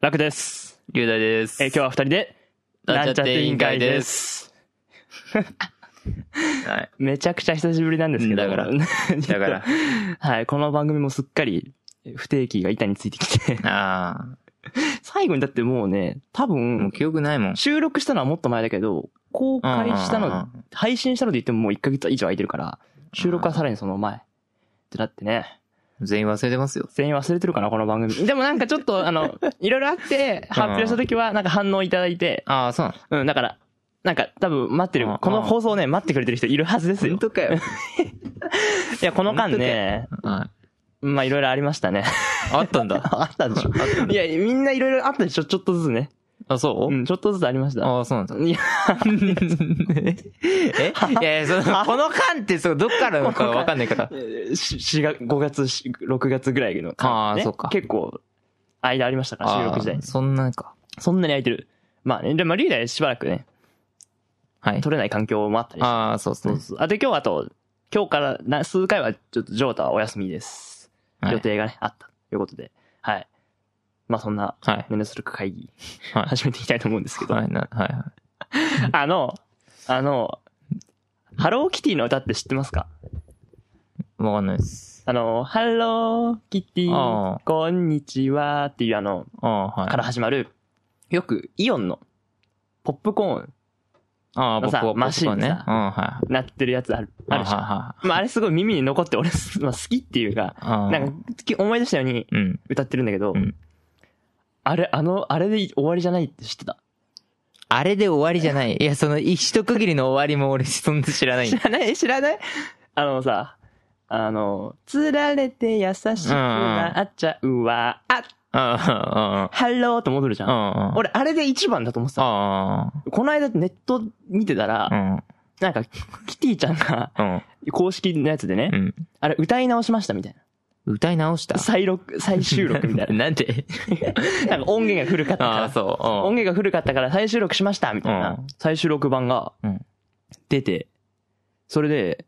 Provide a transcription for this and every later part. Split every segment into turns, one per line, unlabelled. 楽です。
龍大です。
えー今日は二人で、
なんちゃって委員会で。す。はい。
めちゃくちゃ久しぶりなんですけど。
うん だから
ちょっと
だから。
はい、この番組もすっかり、不定期が板についてきて、
あ
最後にだってもうね、多
あ、もう
分、
記憶ないもん。
収録したのはもっと前だけど、公開した
うんうんうんう
の、
ん
配信したので言ってももう1ヶ月以上空いてるから、収録はさらにその前。ってなってね、
全員忘れてますよ。
全員忘れてるかな、この番組。でもなんかちょっと、あの、いろいろあって、発表した時は、なんか反応いただいて、
ああ、そうなの
うん、だから、なんか多分待ってる
うんう、ん
この放送ね、待ってくれてる人いるはずですよ。
当かよ。
いや、この間ね、
はい。
まあいろいろありましたね。
あった んだ。
あったでしょ。いや、みんないろいろあったでしょ、ちょっとずつね。、
あ、そううん
ちょっとずつありました。
ああ、 そうなんだ。
いや、
えいやいや、その、この間って、そう、どっからのかわかんないから。
ししが5月、し6月ぐらいの
あ
間、
ー
ね。
そうか
結構、間ありました から、収録時代
あー。そんなか。
そんなに空いてる。まあね、でもリーダーしばらくね、
はい。
取れない環境もあったりして。
ああ、そうそ
そうう。そう。あと今日あと、今日からな数回はちょっとジョータはお休みです。
はい
予定がね、あった。ということで。はい。まあそんな、
はい。
メネスルク会議、
はい
始めていきたいと思うんですけど。
はい、な、はいはい。
あの、あの、ハローキティの歌って知ってますか
わかんないです。
あの、ハローキテ
あ
ィ
あ、
こんにちはっていうあの、
ああ、はい。
から始まる、よくイオンのポップコーン
あ
の
あ、僕
さ
は、
マシン
僕はね。うん、
さ
はい。
なってるやつある、あるじゃん。
はいは
まああれすごい耳に残って俺、まあ、好きっていうか、
いはい。
な
うん
かき思い出したように
ん、うん。
歌ってるんだけど、
うん
あれ、あの、あれで終わりじゃないって知ってた。
あれで終わりじゃない。いや、その、一区切りの終わりも俺、そんな知らない。
知らない知らないあのさ、あの、つられて優しくなっちゃうわ、あ、
あ
ハローって戻るじゃん。
あ、
俺、あれで一番だと思ってた。
あ
この間ネット見てた
あ、う
ら、
ん、
なんか、キティちゃんが
うん、
公式のやつでね
う、ん。
あれ歌い直しましたみたい
歌い直した
な。再録、再収録みたい
なんで
な。なんか音源が古かった
あ
か
あ、
ら。
そ
音源が古かったから再収録しましたみたいな、
うん
再収録版が
うん
出て、それで、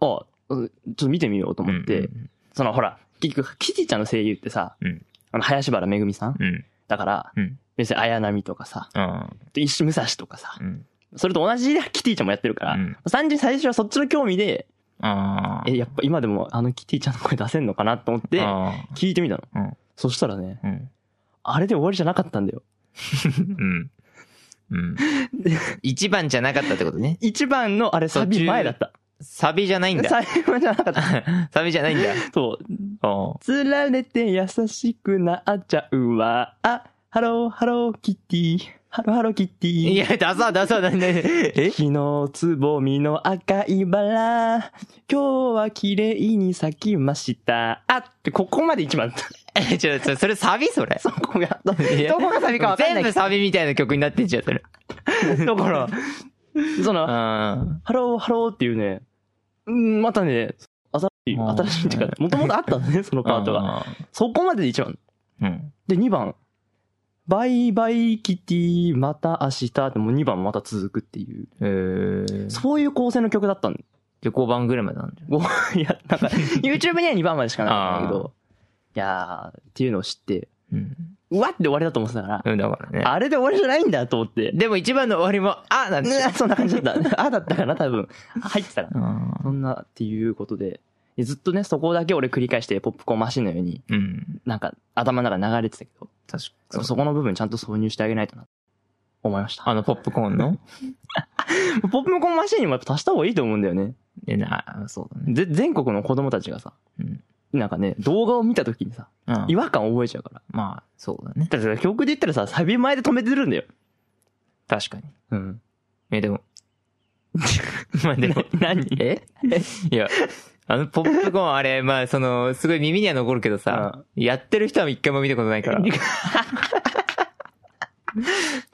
あ、うんちょっと見てみようと
う。うん。
思って、そのほら、結局、キティちゃんの声優ってさ、
うん
あの、林原めぐみさん
うん、
だから、
うん、
別に綾波とかさ、
うん、
石武蔵とかさ、
うん。
それと同じキティちゃんもやってるから、
うん
三人最初はそっちの興味で、
ああ。
え、やっぱ今でもあのキティちゃんの声出せんのかなと思って、
あ
聞いてみたの。
あ、うん、
そしたらね、
うん、
あれで終わりじゃなかったんだよ。
うん。うん。一番じゃなかったってことね。
一番のあれサビ前だった。
サビじゃないんだ。
最後じゃなかった。
サビじゃないんだ。
そう。
お
つられて優しくなっちゃうわ。あ、ハローハローキティ。ハローハローキティ。
いや、ダサ、ダサ、なんで、え
昨日つぼみの赤いバラ、今日は綺麗に咲きました。あって、ここまで一番だった。
え、ちょ、ちょ、それサビそれ。
そこが、ど
いや
どこがサビかわかんな
全
いけ
部サビみたいな曲になってんじゃん、それ。
ど。だから、 その、
うん。
ハローハローっていうね、うん、またね、新しい、
うん
新しいっていうか、もともとあったんだね、そのパートが。
が。
そこまでで一番。
うん。
で、2番。バイバイキティ、また明日ってもう2番また続くっていう。
えー。
そういう構成の曲だったん
で、5番ぐらいまでなんじゃん。
ご いや、なんか、YouTube には2番までしかなかったんだけど、いやー、っていうのを知って、
うん。
うわって終わりだと思ってたから、
うん、だからね。
あれで終わりじゃないんだと思って、
でも一番の終わりも、あなんで
う わそんな感じだった。あだったかな、多分。入ってたから。そんな、っていうことで、ずっとね、そこだけ俺繰り返して、ポップコーンマシンのように、
うん。
なんか、頭の中に流れてたけど、
確か
そそこの部分ちゃんと挿入してあげないとな、思いました。
あの、ポップコーンの
ポップコーンマシンにもやっぱ足した方がいいと思うんだよね。
え、な、そうだね。
ぜ全国の子供たちがさ、
うん
なんかね、動画を見た時にさ、
うん
違。和感を覚えちゃうから。
まあ、そうだね。
だって曲で言ったらさ、サビ前で止めてるんだよ。
確かに。
うん。
え、でも。 まあでも。
何
えいや、あの、ポップコーン、あれ、まあ、その、すごい耳には残るけどさ、やってる人は一回も見たことないから。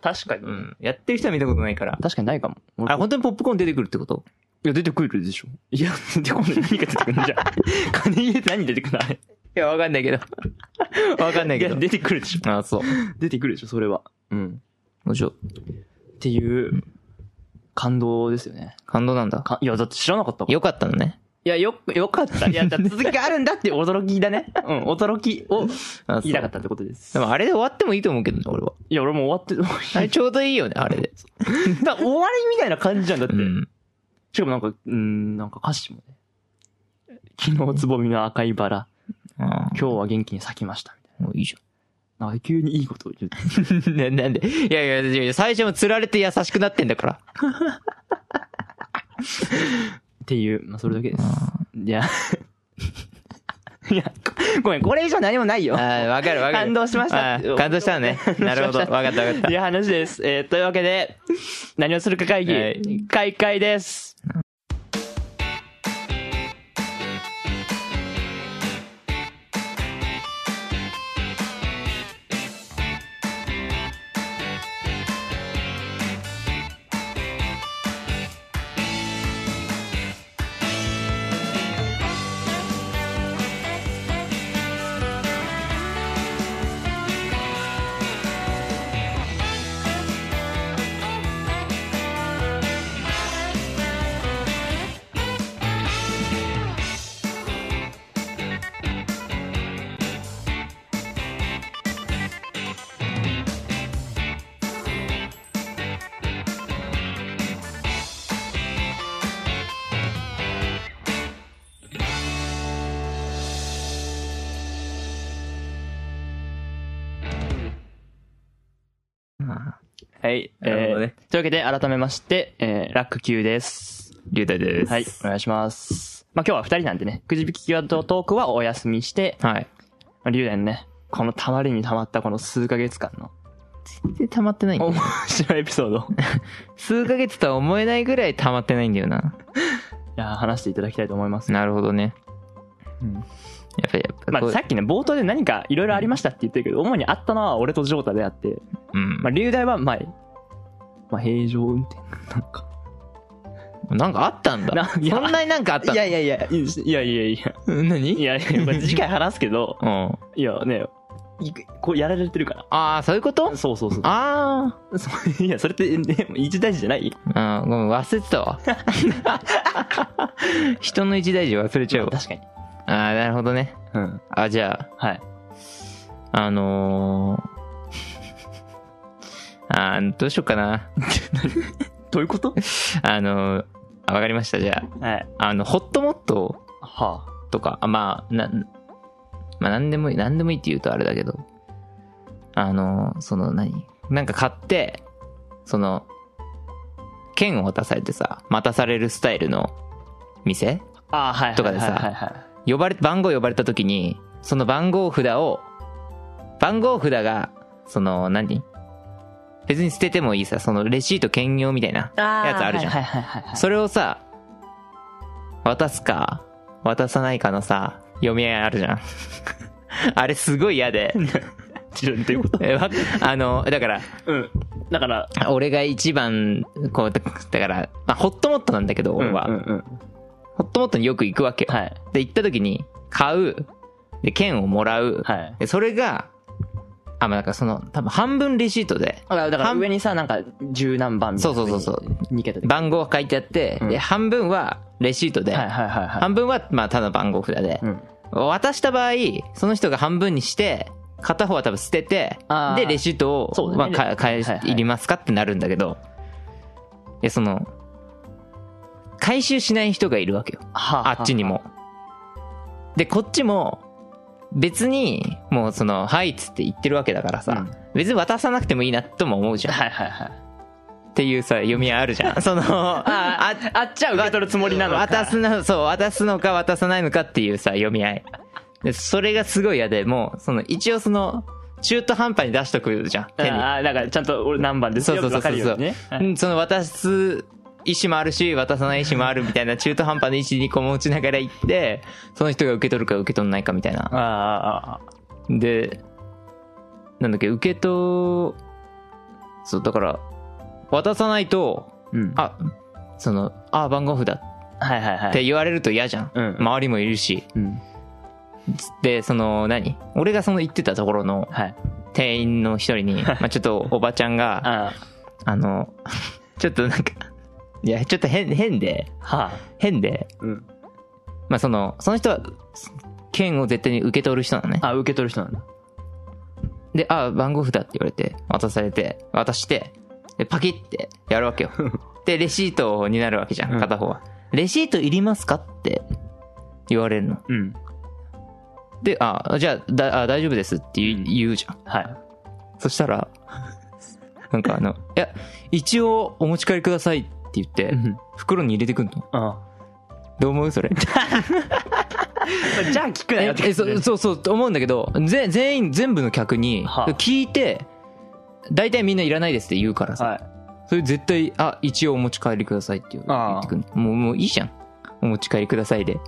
確かに
うん。やってる人は見たことないから。
確かにないかも。
あ、本当にポップコーン出てくるってこと
いや、出てくるでしょ。いや、出てこない。何が出てくるんじゃん。金入れて何出てくるのあれ。
いや、わかんないけど。わかんない
い
け
や、
ど。
出てくるでしょ。
あ、そう。
出てくるでしょ、それは。うん。
もちろん。
っていう、感動ですよね。
感動なんだ。
かいや、だって知らなかったから。
よかったのね。
いいや、よ、よか った。いや、だから続きがあるんだっていう驚きだね。うん、驚きを
あそう
言いたかったってことです。
でもあれで終わってもいいと思うけどね、 俺は。
いや、俺もう終わって、
あれちょうどいいよね、あれで。
だから終わりみたいな感じじゃんだって。
うん。
しかもなんか、うん、なんか歌詞もね。昨日つぼみの赤いバラ、今
あ
日は元気に咲きました。みたい
あもういいじ
な。なんか急にいいことを言う。
ゃん。 ななんでいやいやいやいや、最初も釣られて優しくなってんだから。
っていう、まあそれだけです。いや、いや、ごめん、これ以上何もないよ。
ああ、わかるわかる。
感動しました
あー感動したのね。なるほど。わかったわかっ
い
た。
う話です。えーというわけで、何をするか会議、
はい
開会です。はい。えー
なるほどね
というわけで、改めまして、えーラック級です。
龍大です。
はい。お願いします。まあ今日は二人なんでね、くじ引きキーワードトークはお休みして、
はい。
まあ龍大のね、このたまりにたまったこの数ヶ月間の
全然溜まってないんだよ
面白いエピソードをい
数ヶ月とは思えないぐらい溜まってないんだよな。
やー話していただきたいと思います。
なるほどね。
うん
やっぱりやっぱ
ま
こ
あ
う
さっきね、冒頭で何かいろいろありましたって言ってるけど、主にあったのは俺とジョータであって、
うん
まあ、龍大は、まあ、まあ、平常運転。なんか。
なんかあったんだ
な。 いや
そんなになんかあったんだ。
いやいや、 いやいやいや。い
何
やいや、まあ次回話すけど、
うん。
いやね、いくこうやられてるか
ああ、そういうこと
ら。そうそうそう。
あ
そういや、それって、ね、一大事じゃない
あ。うん、ごめん、忘れてた わ。人の一大事忘れちゃうわ。
確かに。
ああ、なるほどね。
うん。
あじゃ
はい。
あ、あのー、 あーどうしようかな。
どういうこと
あのー、あわかりました。じゃ
はい。
あ、あの、ホットモット
は
とか、あまあ、な、まあ、なんでもいい、なんでもいいって言うとあれだけど、あのー、その何、なんか買って、その、券を渡されてさ、待たされるスタイルの店
あ。ああ、はい。
とかでさ
はいはいはい。
呼ばれ、番号呼ばれた時に、その番号札を、番号札が、その何、別に捨ててもいいさ、そのレシート兼用みたいなやつあるじゃん。
はいはいはいはい。
それをさ、渡すか、渡さないかのさ、読み合いあるじゃん。 あれすごい嫌で。
ちょどういうこと
えわあの、だから、
うん。だから、
俺が一番、こう、だだから、まあ、ホットモットなんだけど、俺は。
うんうんうん。
ホットモットによく行くわけよ。
はい。
で、行った時に、買う、で、券をもらう、
はい。
で、それが、あ、まあ、なんかその、多分半分レシートで、
だからだから
半
上にさ、なんか、十何番みたいな。
そうそうそうそう。
2桁で。
番号が書いてあって、
うん
で、半分はレシートで、
はいはいはいはい。
半分は、まあ、ただの番号札で、
うん。
渡した場合、その人が半分にして、片方は多分捨てて
あー、
で、レシート
そ
を、
う
ま
だ
あ、
ね
か返し
はいはい
いりますかってなるんだけど、いや、その、回収しない人がいるわけよ。
は
あっちにも。。で、こっちも、別に、もうその、はいっつって言ってるわけだからさ、
うん
別に渡さなくてもいいなとも思うじゃん。
はいはいはい。
っていうさ、読み合いあるじゃん。その、
ああ、あっちは受け取るつもりなのか。
渡すな、そう、渡すのか渡さないのかっていうさ、読み合い。で、それがすごい嫌で、もう、その、一応その、中途半端に出しとくじゃん、
あ
手に。
あ、だからちゃんと俺何番です
そう
よ
そう
分
そ
か
うそう
るようにね。は
う
い
ん、その渡す意思もあるし、渡さない意思もある みたいな中途半端な意思にこう持ちながら行って、その人が受け取るか受け取らないかみたいな
あ。あ、ああ、
で、なんだっけ、受け取、そう、だから、渡さないと、
うん。
あ、その、あ、番号札っ
はいはいはい。
て言われると嫌じゃん。
うん
周りもいるし。
うん。
で、その、何俺がその行ってたところの
はい。
店員の一人に、まあちょっとおばちゃんが、
あ
あの、 ちょっとなんか、いや、ちょっと変、変で、
あ、はあ。
変で、
うん。
まあその、その人は、券を絶対に受け取る人なのね。
あ、受け取る人なんだ。
で、あ、番号札って言われて、渡されて、渡して、で、パキってやるわけよ。で、レシートになるわけじゃ、
うんん
片方は。レシートいりますかって言われるの。
うん。
で、あ、じゃあ、だあ大丈夫ですって言う言うじゃん。
はい。
そしたら、なんかあの、いや、一応お持ち帰りくださいって言って、袋に入れてくんの。
あ
どう思うそれ。
あ。じゃあ聞くな
え
よって
えそうそうそうと思うんだけどぜ全員全部の客に
はあ
聞いて大体みんないらないですって言うからさ、
はい。
それ絶対あ一応お持ち帰りくださいって言う
あ
言っ
あ
てくるもうもういいじゃんお持ち帰りくださいでっ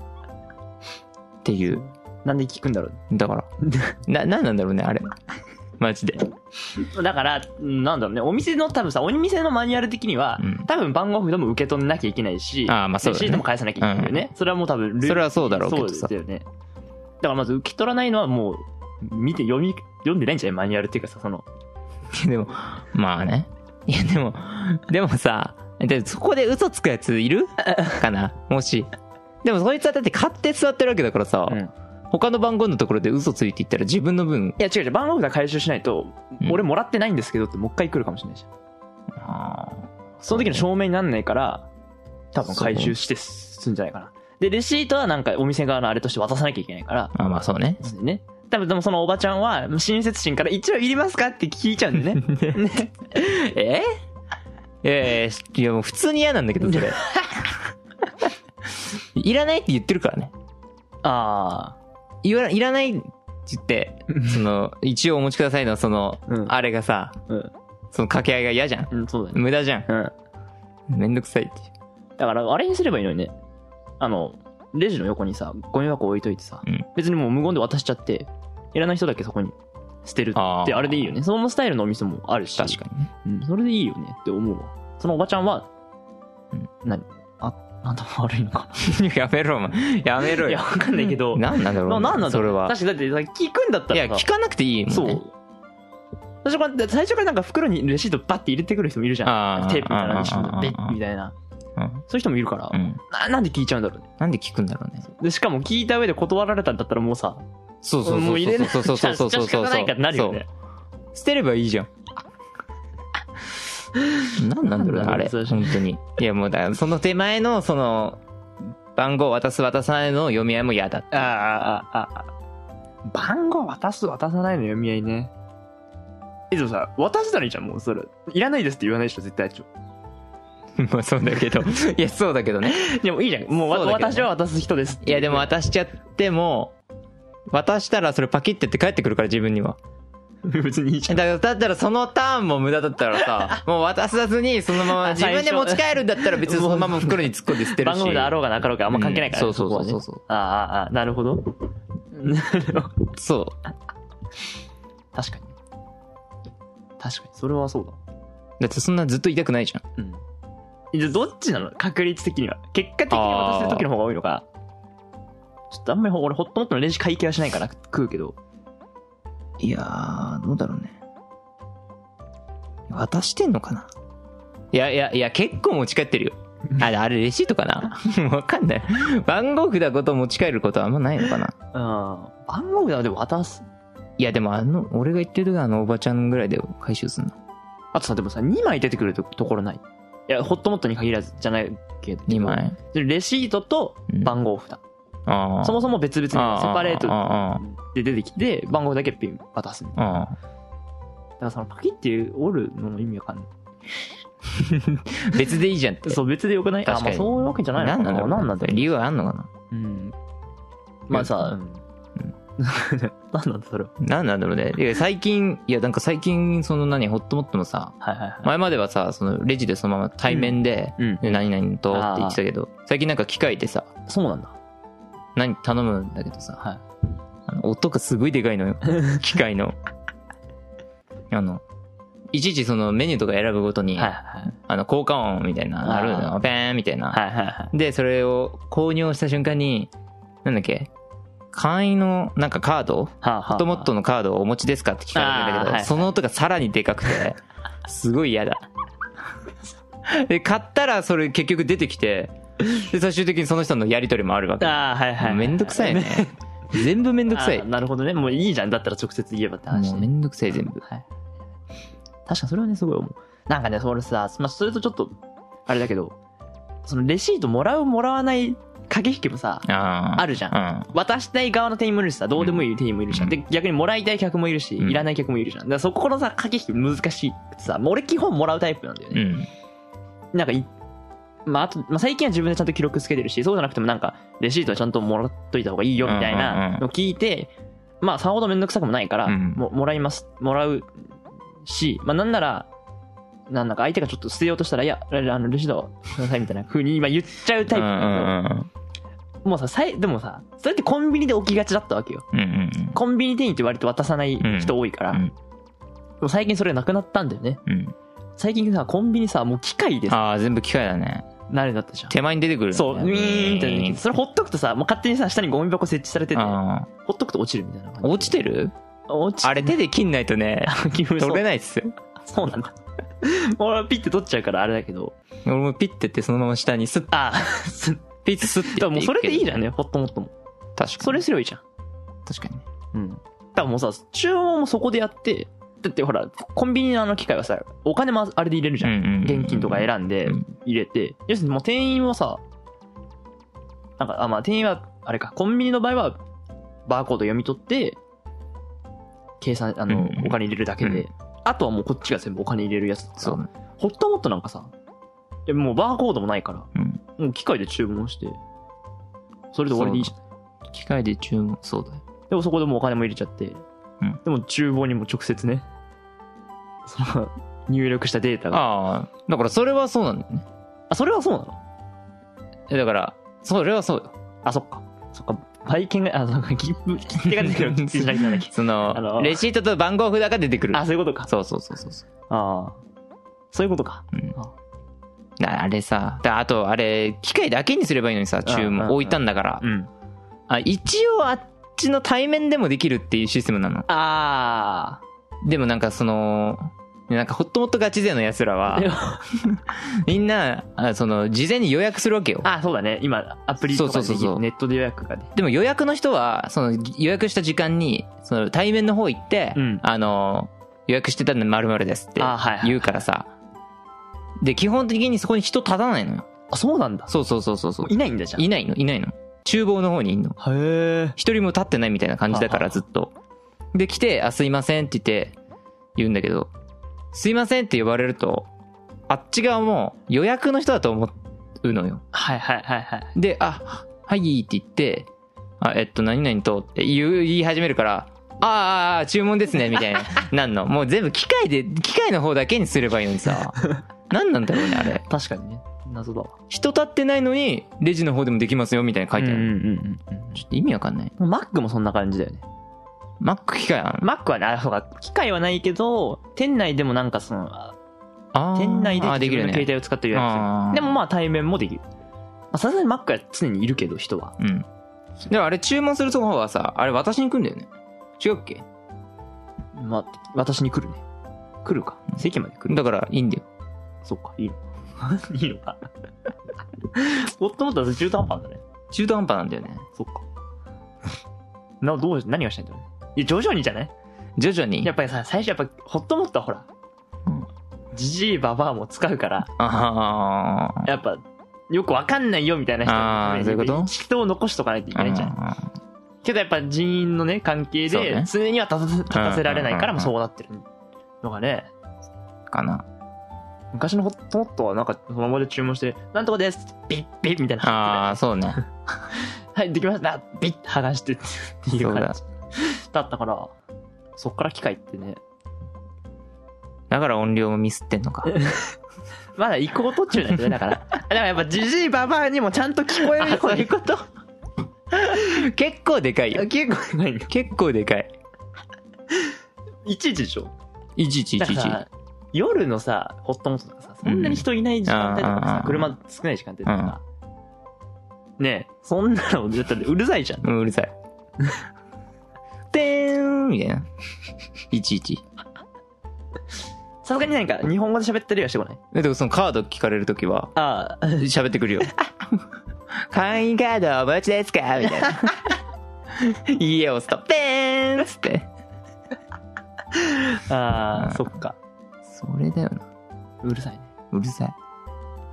ていう
なんで聞くんだろ
だ からな何なんだろうねあれマジで
う。だから、うんなんだろうね、お店の多分さ、お店のマニュアル的には、
うん
多分番号札も受け取んなきゃいけないし、
あーまあそうだね
レシートも返さなきゃいけないよね。それはもう多分ルール
それはそうだろうけどさ
そうだよね。だからまず受け取らないのはもう、見て読み、読んでないんじゃないマニュアルっていうかさ、その、
いやでもまあねいやでもでもさでそこで嘘つくやついるかなもしでもそいつはだって買って座ってるわけだからさ、
うん
他の番号のところで嘘ついていったら自分の分
いや違う違う、番号札回収しないと、
うん
俺もらってないんですけどってもう一回来るかもしれないじゃん。その時の証明になんないから、多分回収してすんじゃないかな。で、レシートはなんかお店側のあれとして渡さなきゃいけないから、
あまあそうね
ですよね。多分でもそのおばちゃんは親切心から一応いりますかって聞いちゃうんで ね。 ね
ええいやもう普通に嫌なんだけどそれいらないって言ってるからね
あ
いらいらないって言ってその一応お持ちくださいのその、
うん
あれがさ
あ、うん、
その掛け合いが嫌じゃん
うん、そうだね。
無駄じゃん
うん。
めんどくさいって
だからあれにすればいいのにね。あの、レジの横にさ、ゴミ箱置いといてさ、
うん
別にもう無言で渡しちゃって、いらない人だけそこに捨てる
あ
っ
ー
て、あれでいいよね。そのスタイルのお店もあるし、
確かにね
うん、それでいいよねって思うわ。そのおばちゃんは、
うん
何あ、なんだ悪いのか
やめろお前やめろ
い
よ
や、わかんないけど、な
なんなんだろうね
なんなんだろう
それは
確かにだってさ、聞くんだった
い
ら
や
さ、
聞かなくていいもん、
そ
ね、
う。最初から、最初からなんか袋にレシートバッて入れてくる人もいるじ
あ
ゃ
ー
ん。テープみたいなの一緒
あー
に、ベ
あーあ
ッ
ー
みたいな。
うん、
そういう人もいるから、
うん、
ななんで聞いちゃうんだろうね。
なんで聞くんだろうね
で、しかも聞いた上で断られたんだったらもうさ、
そうそうそうそう
もう入れない
そうそうそうそうそう
じゃあじゃあ仕方ないかってなるよね。
そう捨てればいいじゃん何なんだろうねあれ
そう
本
そう
当にいやもうだからその手前のその番号渡す渡さないの読み合いも嫌だ
あーあー、あーあー、番号渡す、渡さないの読み合いね。え、でもさ、渡したらいいじゃん、もうそれ。いらないですって言わないでしょ、絶対あっちも。
まあそうだけどいやそうだけどね
でもいいじゃん。もうわ、
そうだけどね
私は渡す人ですって
いやでも渡しちゃっても渡したらそれパキってって帰ってくるから自分には
別にいいじゃ
だ
ん。
からだったらそのターンも無駄だったら さもう渡さずにそのまま
あ
自分で
最
持
初
ち帰るんだったら別にそのまま袋に突っ込んで捨て るし
番号であろうがなかろうがあんま関係ないからね、
うんそうそうそうそう
こはねあーあー、あーなるほど。なるほど。
そう
確かに。確かに。それはそうだ。
だってそんなずっと痛くないじゃん
うん。じゃあどっちなの確率的には。結果的に渡せる時の方が多いのか。ちょっとあんまり俺ホットモットのレジ会計はしないから食うけど。
いやー、どうだろうね。渡してんのかないやいやいや、結構持ち帰ってるよ。ああれ、レシートかな わかんない。番号札ごと持ち帰ることはあんまないのかな
うん。番号札で渡す。
いや、でもあの、俺が言ってるあのおばちゃんぐらいで回収すんの。
あとさ、でもさ、2枚出てくるところない。いや、ホットモットに限らずじゃないけど。
2。枚。
レシートと番号札。
ああ。
そもそも別々にセ
あー
パレート
あ
で出てきて、番号だけピン渡す。だ
ーあ
からそのパキっていう折るのの意味わかんない。
ー。別でいいじゃんっ て。
そう、別でよくない
確かに
あ、まあそういうわけじゃないのか
何なんだろう
なんなんだろう
理由はあんのかな
うん。まあさ、うん。何なんだそれは。
何なんだろうね。いや、最近、いや、なんか最近、その何、ホットモットもさ、
はいはいはい。
前まではさ、そのレジでそのまま対面で、
うん。
で何々とって言ってたけど、最近なんか機械でさ、
そうなんだ。
何頼むんだけどさ、
はい。
あの音がすごいでか いのよ。機械の。あの、いちいちそのメニューとか選ぶごとに、
はいはい
あの、効果音みたいな、なるの
あ
よ。ペーンみたいな。
はい。はいはいはい。
で、それを購入した瞬間に、なんだっけ、会員のなんかカード
はあは
ホットモットのカードをお持ちですかって聞かれるんだけ
あー
ど、
はい
その音がさらにでか くて、すごい嫌だ。で、買ったらそれ結局出てきて、で、最終的にその人のやりとりもあるわけ。
ああ、はいはいはい。
めんどくさいね
め。
全部めんどくさい
あー。なるほどね。もういいじゃん。だったら直接言えばって話
もうめ
ね。
んどくさい全部。
はい。確かそれはね、すごい思う。なんかね、それさ、まあ、それとちょっと、あれだけど、そのレシートもらうもらわない駆け引きもさ、
あー
あるじゃん
うん。
渡したい側の店員もいるしさ、どうでもいい店員もいるしさ、
うん
で、逆にもらいたい客もいるし、
うん
いらない客もいるじゃん。だからそこのさ、駆け引き難しくてさ、もう俺基本もらうタイプなんだよね。
うん。
なんかい、まあ、あと、まあ、最近は自分でちゃんと記録つけてるし、そうじゃなくてもなんか、レシートはちゃんともらっといた方がいいよみたい
うんうんう
なんのを聞いて、まあ、さほどめんどくさくもないから、
うん
ももらいます、もらうし、まあ、なんなら、なんだか相手がちょっと捨てようとしたら、いや、あの、レシートくださいみたいな 風に今言っちゃうタイプ
う
なんだけど。
ん
もうさ、さいでもさ、それってコンビニで起きがちだったわけよ。
うんうん。うんうんうん
コンビニ店員って割と渡さない人多いから、
うんうん
でも最近それなくなったんだよね。
うん。
最近さ、コンビニさ、もう機械でさ、
ああ、全部機械だね。
慣れになったじゃん。
手前に出てくる。
そう、ウィーンって
う
ね
ん
それほっとくとさ、もう勝手にさ、下にゴミ箱設置されてて、ほ
あ
っとくと落ちるみたいな感
ー
じ。
落ちてる
落ち
あれ手で切んないとね、
気分
取れ
そう
ないっすよ。
そうなんだ。俺はピッて取っちゃうからあれだけど。
俺もピッてってそのまま下にスッ、
ああ、すだか
ピッてスッて
ら
やって
もうそれでいいじゃんね、
ね。
ほっともっとも。
確かに。
それすればいいじゃん。
確かに。
うん。だからもうさ、注文もそこでやって、だってほら、コンビニのあの機械はさ、お金もあれで入れるじゃん。
ん
現金とか選んで
うん
入れて、要するにもう店員はさ、なんか、あ、まあ店員は、あれか、コンビニの場合は、バーコード読み取って、計算、あ
うん
の
うんう、ん
お金入れるだけ
うん
で、あとはもうこっちが全部お金入れるやつだから
そう。
ホットモットなんかさ、いやもうバーコードもないから、
うん
もう機械で注文して、それで終わりでいいじゃん。
機械で注文、そうだよ。
でもそこでもうお金も入れちゃって、
うん
でも厨房にも直接ね、その、入力したデータが。あ
ああ、だからそれはそうなんだよね。
それはそうなの
えだから、それはそうよ。
あ、そっか。そっか。売券が、あ、そっか、切符、切手が出てくる。切手じゃなくてなんだっけ
そ
あ
の、
の
レシートと番号札が出てく る。
あ、そういうことか。
そうそうそうそうそう。
ああ。そういうことか。
うん
あ
なあれさ、だあとあれ、機械だけにすればいいのにさ、注
うんうん
文
うん
置いたんだから。
ん。
あ、一応あっちの対面でもできるっていうシステムなの。
あ
でもなんかその、なんかホットモットガチ勢の奴ら
あ
は、。みんな、あその、事前に予約するわけよ。
あ、そうだね。今、アプリとか
そうそうそうそう
でネットで予約がね。
でも予約の人は、その、予約した時間に、その、対面の方行って、
うん
あの、予約してたんで〇〇ですって
あはいはい
言うからさ。で、基本的にそこに人立たないのよ。
あ、そうなんだ。
そうそうそうそうそう。
いないんだじゃん。
いないのいないの。厨房の方にいんの。
へえ。
一人も立ってないみたいな感じだか
は
ら
あ
ずっと。で、来て、あ、すいませんって言って、言うんだけど、すいませんって呼ばれると、あっち側も予約の人だと思うのよ。
はいはいはいはい。
で、あ、はいって言って、あ、えっと、何々とって言う言い始めるから、ああああ、注文ですね、みた いな、なんの。もう全部機械で、機械の方だけにすればいいの にさ。なんなんだろうね、あれ。
確かにね。謎だわ。
人立ってないのに、レジの方でもできますよ、みたいな書いてある。
うんうん
ちょっと意味わかんない。
うん。マックもそんな感じだよね。
マック機械ある
マックはね、あ、そうか、機械はないけど、店内でもなんかその、あ
あー
店内で
あー
自
でき
分
る
の携
ね。
帯を使って予約する。
あー
でもまあ対面もできる。まあさすがにマックは常にいるけど、人は。
うん。でもあれ注文するとこはさ、あれ私に行くんだよね。違うっけ
まあ、私に来るね。来るか。席まで来る。
だからいいんだよ。
そうか、いいのか。 いいのか。おっと思ったら中途半端だね。
中途半端なんだよね。
そっか。な、どう、何がしたいんだろうね。いや、徐々にじゃない
徐々に。
やっぱりさ、最初やっぱ、ほっともったらほら
うん、
じじいばばあも使うから、
ああ。
やっぱ、よくわかんないよみたいな人のために
あーそういうこと
人を残しとかないといけないじゃん。
あー
けどやっぱ人員のね、関係
そう
で
ね、
常には立たせ立たせられないから、
うんうんうんうん
もうそうなってるのがね、
かな。
昔のホットモットはなんか、そのままで注文して、なんとかですビッビッみたいな。
ああ、そうね。
はい、できましたビッて剥がしてっていう感じだったから、そっから機械ってね、
だから音量もミスってんのか。
まだ移行途中なんだよね、だから。 だからやっぱじじいばばあにもちゃんと聞こえるように。
こと結構でかいよ。
結構ないんだ。
結構でかい。
いちいちでしょ
いちいちい
なん
ち
か
いち。
さ夜のさ、ホットモットとかさ、そんなに人いない時間帯とかさ
う、ん
車少ない時間帯とかさ、ねえ、そんなの、だってうるさいじゃん。
うんうるさ い。てーんみたいな。いちいち。
さすがになんか日本語で喋ったりはしてこない。
えでもそのカード聞かれるときは、
ああ、
喋ってくるよ。会員カードお持ちですかみたいな。家を押すと、ペーンっつって。
あ
うん
あ、そっか。
それだよな。
うるさいね。
うるさい。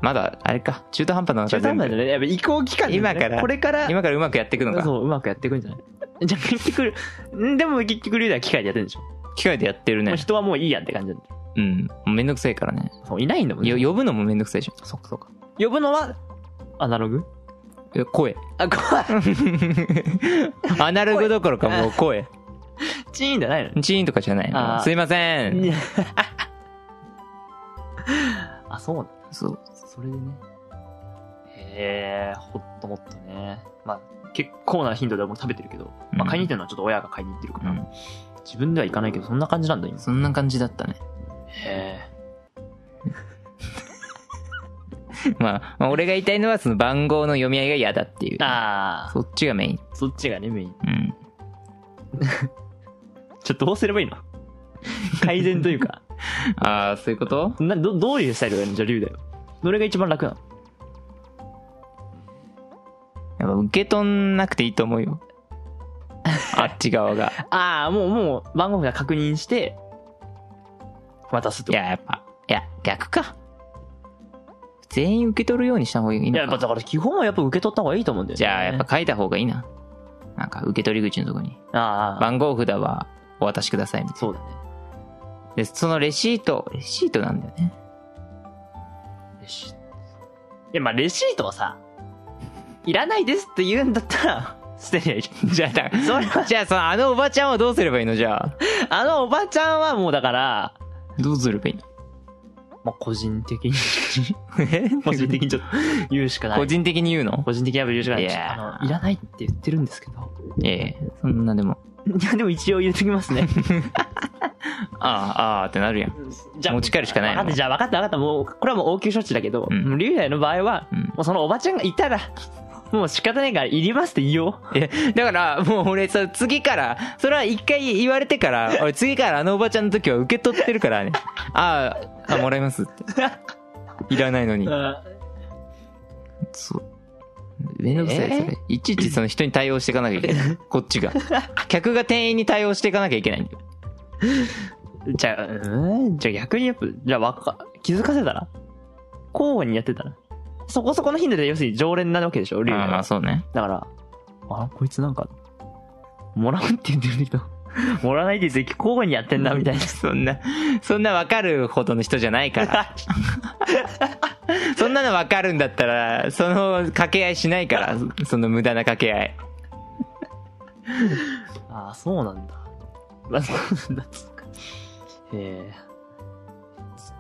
まだ、あれか、中途半端なのか
中途半端じゃないやっぱ移行期間だよね
今から
これから、
今からうまくやっていくのか。
そう、うまくやっていくんじゃないじゃあ結局、んでも結局リーダーは機械でやってるんでしょ、
機械でやってる
も
ね
う。人はもういいやって感じなんだよ
うん。もうめんどくさいからね。
そういないんだもんね。
よ呼ぶのもめんどくさいでしょ。
そっかそっか。呼ぶのは、アナログ
え声。
あ、怖い。
アナログどころかもう声。
チーンじゃないのね
チーンとかじゃない
あ
の。
ー
すいません。
あ、そうなんだ。
そう。
それでね。へえ、ほっともっとね。まあ、結構な頻度でも食べてるけど、まあ、買いに行ってるのはちょっと親が買いに行ってるか
う
ら、
ん。
自分では行かないけど、そんな感じなんだ、今。
そんな感じだったね。
へえ。
まあ、まあ俺が言いたいのは、その番号の読み合いが嫌だっていう。
あ
そっちがメイ
あ、
ン。
そっちがね、メイン。
うん。
じゃあどうすればいいの 改善というか。
ああ、そういうこと
などどういうスタイルがいいのじゃあ、龍だよ。どれが一番楽なの
やっぱ受け取んなくていいと思う よ。あっち側が。
ああ、もう、もう、番号が確認して、渡すって
い
こと
や、やっぱ。いや、逆か。全員受け取るようにした方がいい
い
の
や、やっぱ
か。
だから基本はやっぱ受け取った方がいいと思うんだよね。
じゃあ、やっぱ書いた方がいいな。なんか、受け取り口のとこに。
ぱ、ああ、
番号札はお渡しくださいみたい
そうだね。
な。で、そのレシート、レシートなんだよね。
レシート。いや、まあ、レシートはさ、いらないですって言うんだったら、 捨てりゃいいじゃん。
じゃあ、だから
それは、
じゃあ、その、あのおばちゃんはどうすればいいのじゃあ。
あのおばちゃんはもうだから、
どうすればいいの
まあ、個人的に、 個人的にちょっと言うしかない。
個人的に言うの
個人的には言うしかない。
いやー
ちょっとあの、いらないって言ってるんですけど。
ええそんなでも。
いや、でも一応入れときます ね。
ああ、ああってなるやん。
じゃあ、
持ち帰るしかない
分かった、じゃあ分かった分かった。もう、これはもう応急処置だけど、
うん
もう龍大の場合は、
うん
もうそのおばちゃんがいたら、もう仕方ないから、いりますって言おう。
え、だから、もう俺、さ、次から、それは一回言われてから、俺次からあのおばちゃんの時は受け取ってるからね。 ああ、あ、もらいますって。 いらないのに。そう。めんどくさい、
え
それ。いちいちその人に対応していかなきゃいけない。こっちが。客が店員に対応していかなきゃいけないんだよ。
じゃあ、うーん、じゃあ逆にやっぱ、じゃあわか、気づかせたら交互にやってたらそこそこの頻度で要するに常連なわけでしょ、龍
ああ、まあ
が。
そうね。
だから、あ、こいつなんか、もらうって言ってるんだけど、 もらわないで交互にやってんな、みたいな。
そんな、そんなわかるほどの人じゃないから。そんなのわかるんだったら、その掛け合いしないから、その無駄な掛け合い。
ああ、そうなんだ。まあ、そうなんつうか。へえ。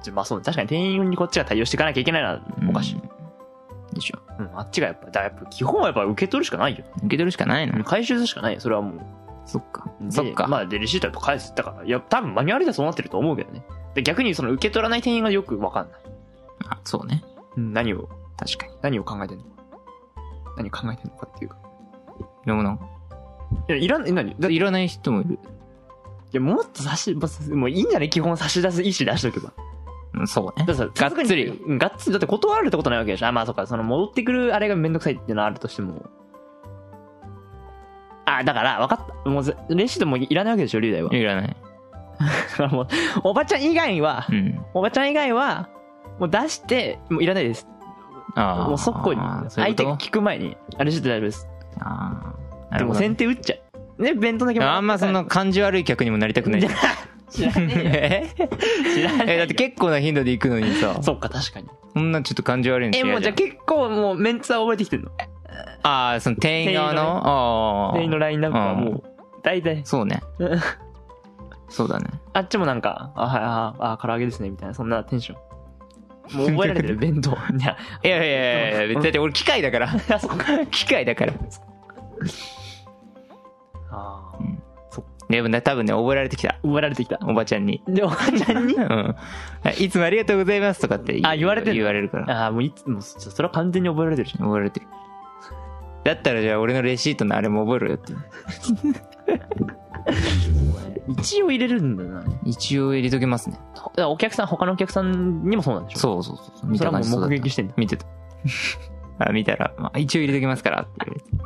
じゃまあそう、確かに店員にこっちが対応していかなきゃいけないのはおかしい。
でしょ。
うん、あっちがやっぱ、だからやっぱ基本はやっぱ受け取るしかないよ。
受け取るしかないの。
回収するしかないよ、それはもう。
そっか。
で
そっか。
まあ、で、レシートやっぱ返す。だから、いや、多分マニュアルではそうなってると思うけどね。で、逆にその受け取らない店員がよくわかんない。
あ、そうね。
何を、
確かに。
何を考えてんの何考えてんのかっていうか。
でもなんか
いや、いらん、え、何だい
いらない人もいる。
や、もっと差し、まあもういいんじゃない基本差し出す意思出しとけば。
うんそうね
だ。ってさ
がっつり。
うんがっつり。だって断るってことないわけでしょ。あ、まあそっか、その戻ってくるあれがめんどくさいっていうのはあるとしても。あ、だから、わかった。もうぜ、レシートもいらないわけでしょ、リュウダイは。
いらない。
だから もう、おばちゃん以外は
う、ん。
おばちゃん以外は、もう出して、もういらないです。
ああ。
もう速攻に
ああ。そ
相
ういうこ
手
と
が聞く前に、あれして大丈夫です。
ああ。な
で
る
も
ほど。
先手打っちゃう。ね、弁当だけ
あんまそ
ん
の感じ悪い客にもなりたく ない。
知らね
え
えよ。知らねえ
え
よ。
だって結構な頻度で行くのにさ、
そっか、確かに。
そんなちょっと感じ悪いの
え、も
嫌
うじ
じゃ
ゃあ
ん
結構もうメンツは覚えてきてんの
ああ、その店員側の
店員の
ああ。
店員のラインナップはもう、大体、
そうね。そうだね。
あっちもなんか、あ、はい、あ、あ、唐揚げですね、みたいな、そんなテンション。もう覚えられてる、弁当。いや、
いやいやいやいや、別にだって俺機械だから。
あそっか。
機械だから。
ああ、
でもね、多分ね、覚えられてきた。
覚えられてきた。
おばちゃんに。
で、おばちゃんに
うん。いつもありがとうございますとかってう
あ言われてんの
言われるから。
ああ、もういつ、もう、そそれは完全に覚えられてるじゃん。
覚えられてる。だったらじゃあ俺のレシートのあれも覚えろよって。
一応入れるんだよな。だか
一応入れときますね。
らお客さん、他のお客さんにもそうなんでしょ
そうそうそう。見
それ
た
はもう
感じそうだっ
目
た
撃してんだ。
見てた。あ見たら、まあ、一応入れときま すからって言わ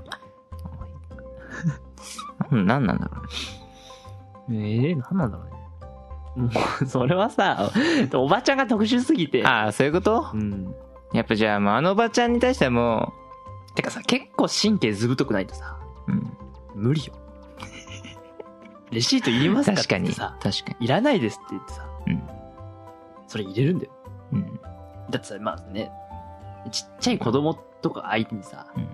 れて。なんなんなんだろう。
ええなんなんだろうね。もう、 それはさ、おばちゃんが特殊すぎて。
ああ、そういうこと
うん。
やっぱじゃあ、まあ、あのおばちゃんに対してはも
てかさ、結構神経ずぶとくないとさ、
う、うん、
無 理よ。レシートいりますか
確か
っ
に、
て
確
さ、
か
いらないですって言ってさ、
うん
それ入れるんだよ。
に。うん。
だってさ、まあね、ちっちゃい子供とか相手にさ、
うん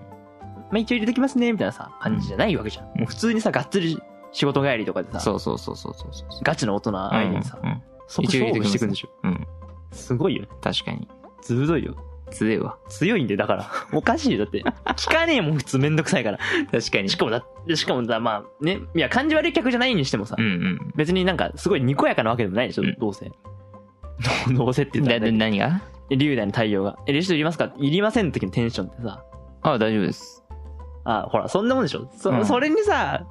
まあ一応入れてきますね、みたいなさ、感じじゃないわけじゃん。もう普通にさ、がっつり仕事帰りとかでさ、
そうそうそうそうそうそう。
ガチの大人相手にさ、
うんうん
そこ勝負してくんでしょ。
うん。
すごいよね。
確かに。
ずぶどいよ。
強いわ。
強いんで、だ から。おかしいよ、だって。聞かねえもん、普通めんどくさいから。
確かに
しかもだ、しかもだ、まあ、ね、いや、感じ悪い客じゃないにしてもさ、
うんうん。
別になんか、すごいにこやかなわけでもないでしょ、
うん
どうせ。 どうせって言った
だ、
ら
だ、
ね、
何が
龍大の太陽が、え、レシートいりますかいりませんの時のテンションってさ、
ああ、大丈夫 です。
あ、ほら、そんなもんでしょ。そ,、
うん
それにさ、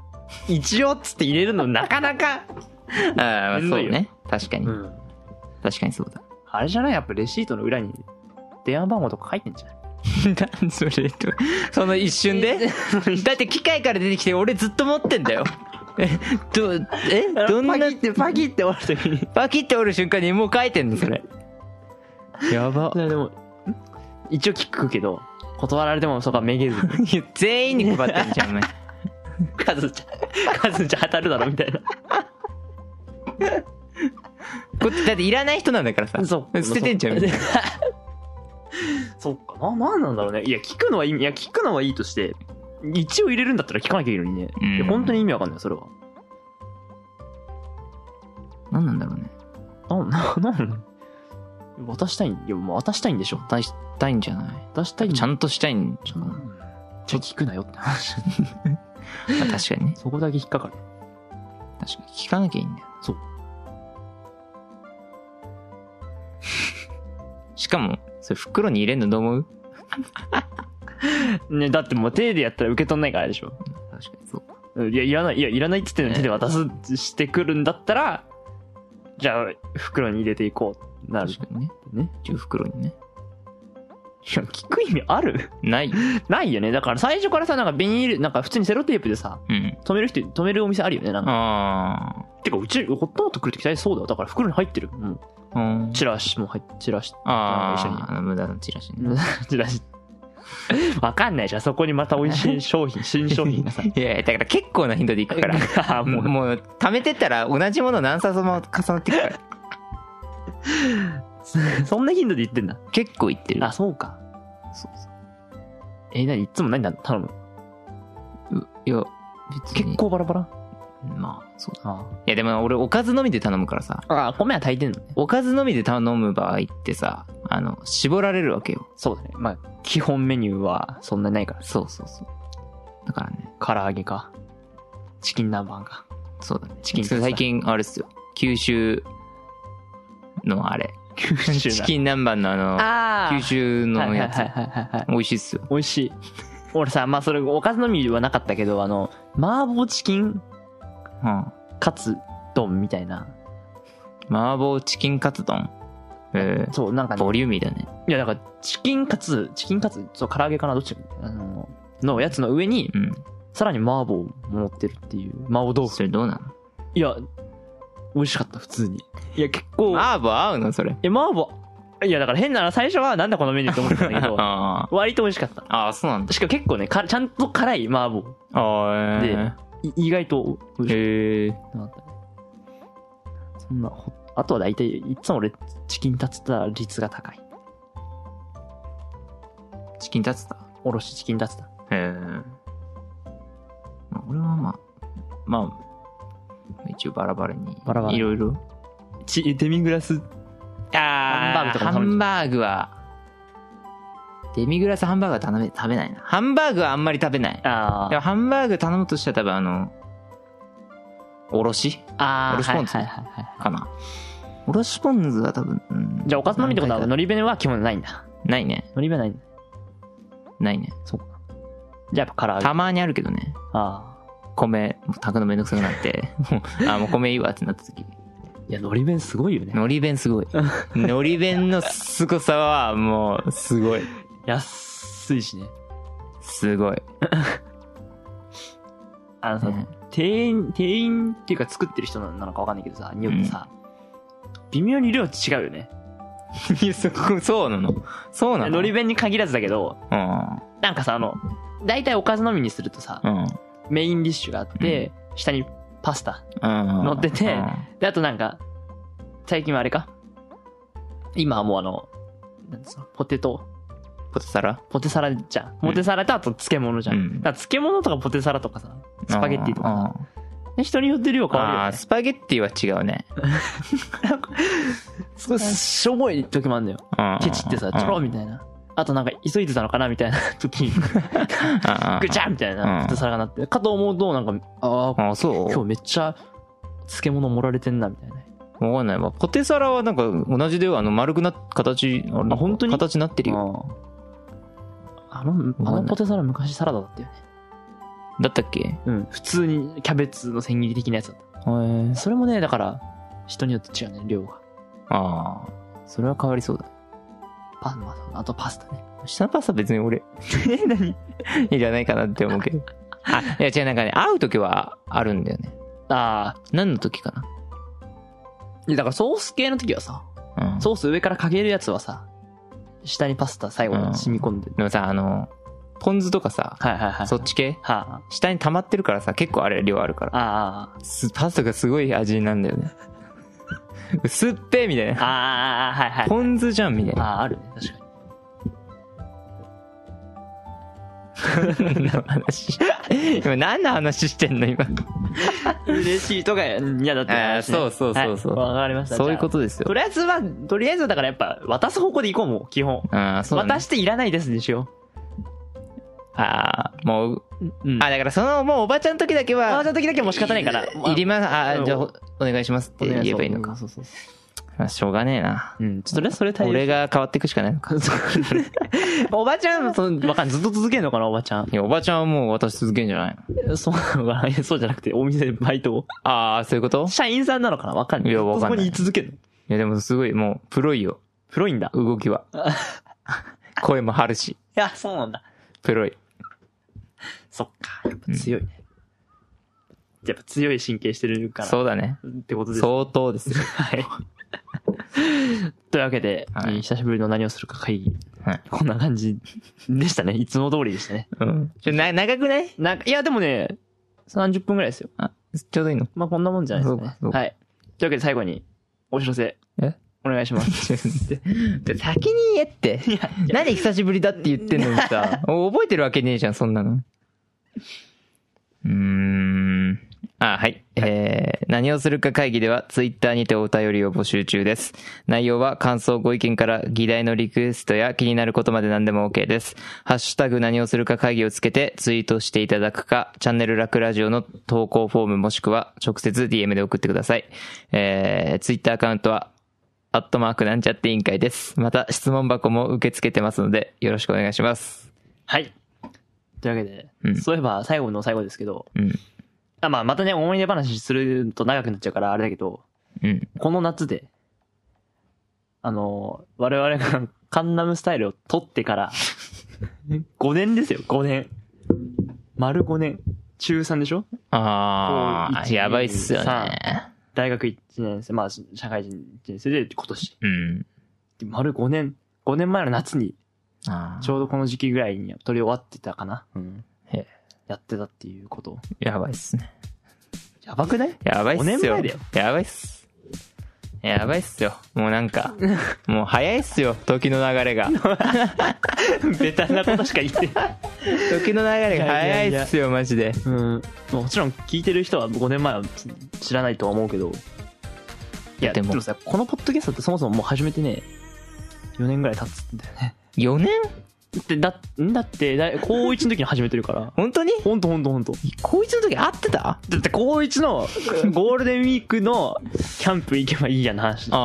一応っつって入れるのなかなか、
ああ、まあ
めんど
そう
いよ
ね。確かに
う。ん。
確かに そうだ。
あれじゃないやっぱレシートの裏に電話番号とか書いてんじ ゃない
何それと。その一瞬でだって機械から出てきて、俺ずっと持ってんだよ。え、ど、え、どんな。
パキって、パキって終わる時に。
パキって折る瞬間にもう書いてんの、それ。やば。
でも、ん一応聞くけど、断られてもそこはめげず に。
いや全員に配ってんじゃん、お前。
カズちゃん、カズちゃん当たるだろみたいな。
こっちだっていらない人なんだからさ。 捨ててんじゃん、みたいな。
そっかな、なんなんだろうね。いや、聞くのはいい、いや、聞くのはいいとして、一応入れるんだったら聞かなきゃいいのにね。
うん
いや本当に意味わかんない、それは。
何なんだろうね。
なん、なん、なん渡したいん、いや、もう渡したいんでしょ。
出したいんじゃない
渡したいん
ちゃんとしたいんじゃ
う
ない
んじゃあ聞くなよって話。
まあ確かにね。
そこだけ引っかかる。
確かに。聞かなきゃいいんだよ。
そう。
しかも、それ袋に入れんのどう思う
ね、だってもう手でやったら受け取んないからでしょ。
確かにそう。
いや、いらない、いや、いらないって言ってんのに手で渡す、してくるんだったら、じゃあ、袋に入れていこうってなる
確かにね。
ね。
一応袋にね。
いや、聞く意味ある
ない。
ないよね。だから最初からさ、なんかビニール、なんか普通にセロテープでさ、
うん。
止める人、止めるお店あるよね。なんか。
あ
てか、うち、ホットモート来るとき大体そうだよ。だから袋に入ってる。うん。
ー。うん
チラシも入って、チラシ。
あ
一緒に
ーあの無駄なチラシね。
チラシ。 わかんないじゃん。そこにまた美味しい商 品、新商品がさ。
いやいや、だから結構な頻度でいくから。
らも
もう、
う、
もう、貯めてったら同じもの何冊も重なってく から。
そんな頻度で言ってんだ。
結構いってる。
あ、そうか。
そう
えなにいつも何だ頼む。
そうういや、別に。
結。構バラバラ。
まあ、そうだ。
あ
いや、でも俺、おかずのみで頼むからさ。
あ。米は炊いてんのね。
おかずのみで頼む場合ってさ、あの、絞られるわけよ。
そうだね。まあ、基本メニューはそんなにないから。
そうそうそう。だからね、
唐揚げか。チキン南蛮か。
そうだね。
チキンカツだ
最近、あれっすよ。九州のあれ。
九州な
チキン南蛮のあの、
あ
九州のや
はい
つ。
はいはいはいはい。
美味しいっすよ。
美味しい。俺さ、まあそれおかずのみはなかったけど、あの、麻婆チキン
うん。
カツ丼みたいな。
麻婆チキンカツ丼。え
そう、なんか
ー、
ね
ボ。リューミーだね。
いや、だから、チキンカツ、チキンカツ、そう、唐揚げかなどっちかあの、のやつの上に、
うん。
さらに麻婆も乗ってるっていう、麻婆豆腐。
それどうなの
いや、美味しかった、普通に。いや、結構、
麻婆合うのそれ。
え、麻婆、いや、だから変なの最初はなんだこのメニューって思ってたんだけ ど、
あ
割と美味しかった。
あ。ああ、そうなんだ。
しかも結構ね、かちゃんと辛い麻婆。
あ
い意外と美
ー
味し
えー。
くなかったね。そんな、ほあとは大体、いつも俺、チキンタツタ率が高い。
チキンタツタ
おろしチキンタツタ。
ええまあ、俺はまあ、まあ、一応バラバラに。
バラバラ
いろいろ。
ち、デミグラス。
あ
ー
ハンバーグは、デミグラスハンバーグは頼め食べないな。ハンバーグはあんまり食べない。
あ
でもハンバーグ頼むとしたら多分あの、おろし
あー
おろしポン酢
はいはいはいはい
かな。おろしポン酢は多分、うん
じゃあ、おかずのみってことは、
何回か
のり弁は基本ないんだ。
ないね。
のり弁ないんだ。
ないね。
そうか。じゃあ、やっぱ唐揚げ。あ
たまにあるけどね。
あ
米、もう炊くのめんどくさくな って、もう、あ、もう米いいわってなった時。
ー。いや、のり弁すごいよね。
のり弁すごい。のり弁の凄さはもうすごい。
安安いしね。
すごい。
あのさ、
うん
店員、店員っていうか作ってる人なのかわかんないけどさ、によってさ、微妙に量違うよね。
いや そこそうなのそうなの
のり弁に限らずだけど、
うん。
なんかさ、あの、大体おかずのみにするとさ、
うん。
メインディッシュがあって、下にパスタ。
乗
っててで、あとなんか、最近はあれか今はもうあの、なんつうの、ポテト、
ポテサラ
ポテサラじゃん。ポテサラとあと漬物じゃん。
うん
だから漬物とかポテサラとかさ、スパゲッティとかさ、
うん
人によって量変わる
あ
よ
ー
ね。
スパゲッティは違うね
すごいしょぼい時もあるんだよ。
うん
ケチってさ、ちょろみたいな。あとなんか急いでたのかなみ たいな時に、ぐちゃみたいな、
うん
ポテサラがなって。かと思うと、なんか、ああ、
あそう
今日めっちゃ漬物盛られてんな、みたいな。
わかんないわポテサラはなんか同じであの丸くな形あれ
あ本当に
形になってるよ
あの、あのポテサラ昔サラダだったよね。
だったっけへ
うん。普通にキャベツの千切り的なやつだっ
ー
た。それもね、だから、人によって違うね、量が。
ああそれは変わりそうだ
パスタ、あとパスタね。
下のパスタ別に俺 え何いらないかなって思うけどあいや違うなんかね会う時はあるんだよね
ああ。
何の時か
いやだからソース系の時はさ、
なうん
ソース上からかけるやつはさ、下にパスタ最後に染み込んでる。
でもさあのポン酢とかさ
はいはいはい。
そっち系
はあ。
下に溜まってるからさ結構あれ量あるから
あ
すパスタがすごい味なんだよね薄っぺーみたい
あ、あ
な
あ、ああ、はいはい。
ポン酢じゃんみたい
あ
な
あ、あるね、確かに。
何の話今何の話してんの今
嬉しいとか嫌だって
あー
話ね、
そうそうそうそう
はいわ、かりました。。
そういうこととですよ
とりあえずは、とりあえずはだからやっぱ、渡す方向で行こうもん、基本。
ああそうだね
渡していらないですにしよ
ああもう
う。うん。
あだからそのもうおばちゃんの時だけは
渡した時だけもう仕方ないから。
いりますあ
うん
じゃあおお願いしますっ
お
て
願し
言え
ます
ばいいのか
そうそうそ
あしょうがねえな
う。うん。ちょっとね、それ大
俺
変。
が変わっていくしかないのか
おばちゃんもその、わかんないずっと続けるのかな、おばちゃ ん。
いやおばちゃんはもう渡し続けんじゃないの
そうなのかないやそうじゃなくて、お店でバイトを。
ああそういうこと
社員さんなのかなわかんない。
いやわかんな
ずっ
い
とそこに居続けるの。
いやでもすごいもうプロいよ
プロいんだ。い
動きは 声も張るし
や、そうなんだ。
プロい
そっか、やっぱ強いね。やっぱ強い神経してるから。
そうだね
ってことです。
相当ですよ
はい。 というわけで、
はい
えー久しぶりの何をするか会議、
はい
こんな感じでしたね。いつも通りでしたね。
うんちょな長くない
なんか、いや、でもね、30分ぐらいですよ。
あちょうどいいの
まあ、こんなもんじゃないですか
そう
ね
か。そうか
はい。というわけで最後に、お知らせ。
え
お願いします。
ちょっと待って先に言えって何久しぶりだって言ってんのに さお覚えてるわけねえじゃんそんなのうーんあはい、えー、何をするか会議ではツイッターにてお便りを募集中です内容は感想ご意見から議題のリクエストや気になることまで何でも OK ですハッシュタグ何をするか会議をつけてツイートしていただくかチャンネル楽ラジオの投稿フォームもしくは直接 DM で送ってくださいえー、ツイッターアカウントはアットマークなんちゃって委員会です。また質問箱も受け付けてますので、よろしくお願いします。
はい。というわけで、
うん
そういえば最後の最後ですけど、
うん。
あまあ、またね、思い出話すると長くなっちゃうから、あれだけど、
うん。
この夏で、あの、我々が カンナムスタイルを撮ってから、5年ですよ、5年。丸5年。中3でしょ
あ
こう
あ、
一
やばいっすよね。
大学1年生、まあ、社会人1年生で今年。
うん。
丸5年、5年前の夏に、
あ
ちょうどこの時期ぐらいに撮り終わってたかな。うん。
へえ
やってたっていうこと。
あ、やばいっすね。
やばくない
やばいっ
五
す
年
よ。
前だよ
やばいっす。やばいっすよ。もうなん か、もう早いっすよ。時の流れが。
ベタなことしか言ってない。
時の流れが早いっすよ、マジで。
うん。もちろん聞いてる人は5年前は知らないとは思うけど。いや、
で
で
も
もさ、このポッドキャストってそもそももう始めてね、4年ぐらい経つんだよね。
4年
で、だ、んだって、だい高1の時に始めてるから。
本当に
ほんとほんとほんと。
高一の時会ってた
だって高1のゴールデンウィークのキャンプ行けばいいやな話。あ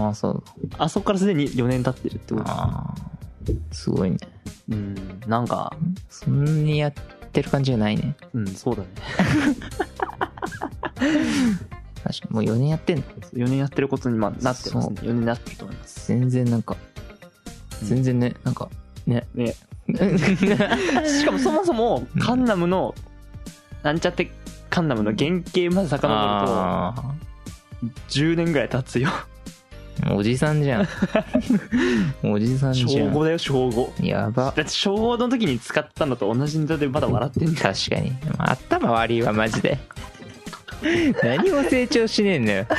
ああ、そう。
あそこからすでに4年経ってるってこと。
ああ、すごいね。
うん。なんか、
そんなにやってる感じじゃないね。
うん、そうだね。
確かに。もう4年やってんの
4年やってることにまあなってますね。4年になってると思います。
全然なんか、
うん
全然ね、なんか、ね。
ねしかもそもそもカンナムの、なんちゃってカンナムの原型まで遡
ああ
ると10年ぐらい経つよ
ーおじさんじ ゃん。おじさん
小
じゃ
5
ん。
だよ小5
やば。
だって小5の時に使ったのと同じネタでまだ笑ってんだ
確かに。まあ頭悪いわ、マ ジで。何も成長しねえんだよ。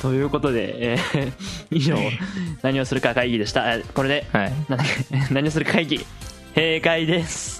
ということで、えー以 上 何をするか会議でしたあこれで
はい。
なんだっけ何をする会議閉会です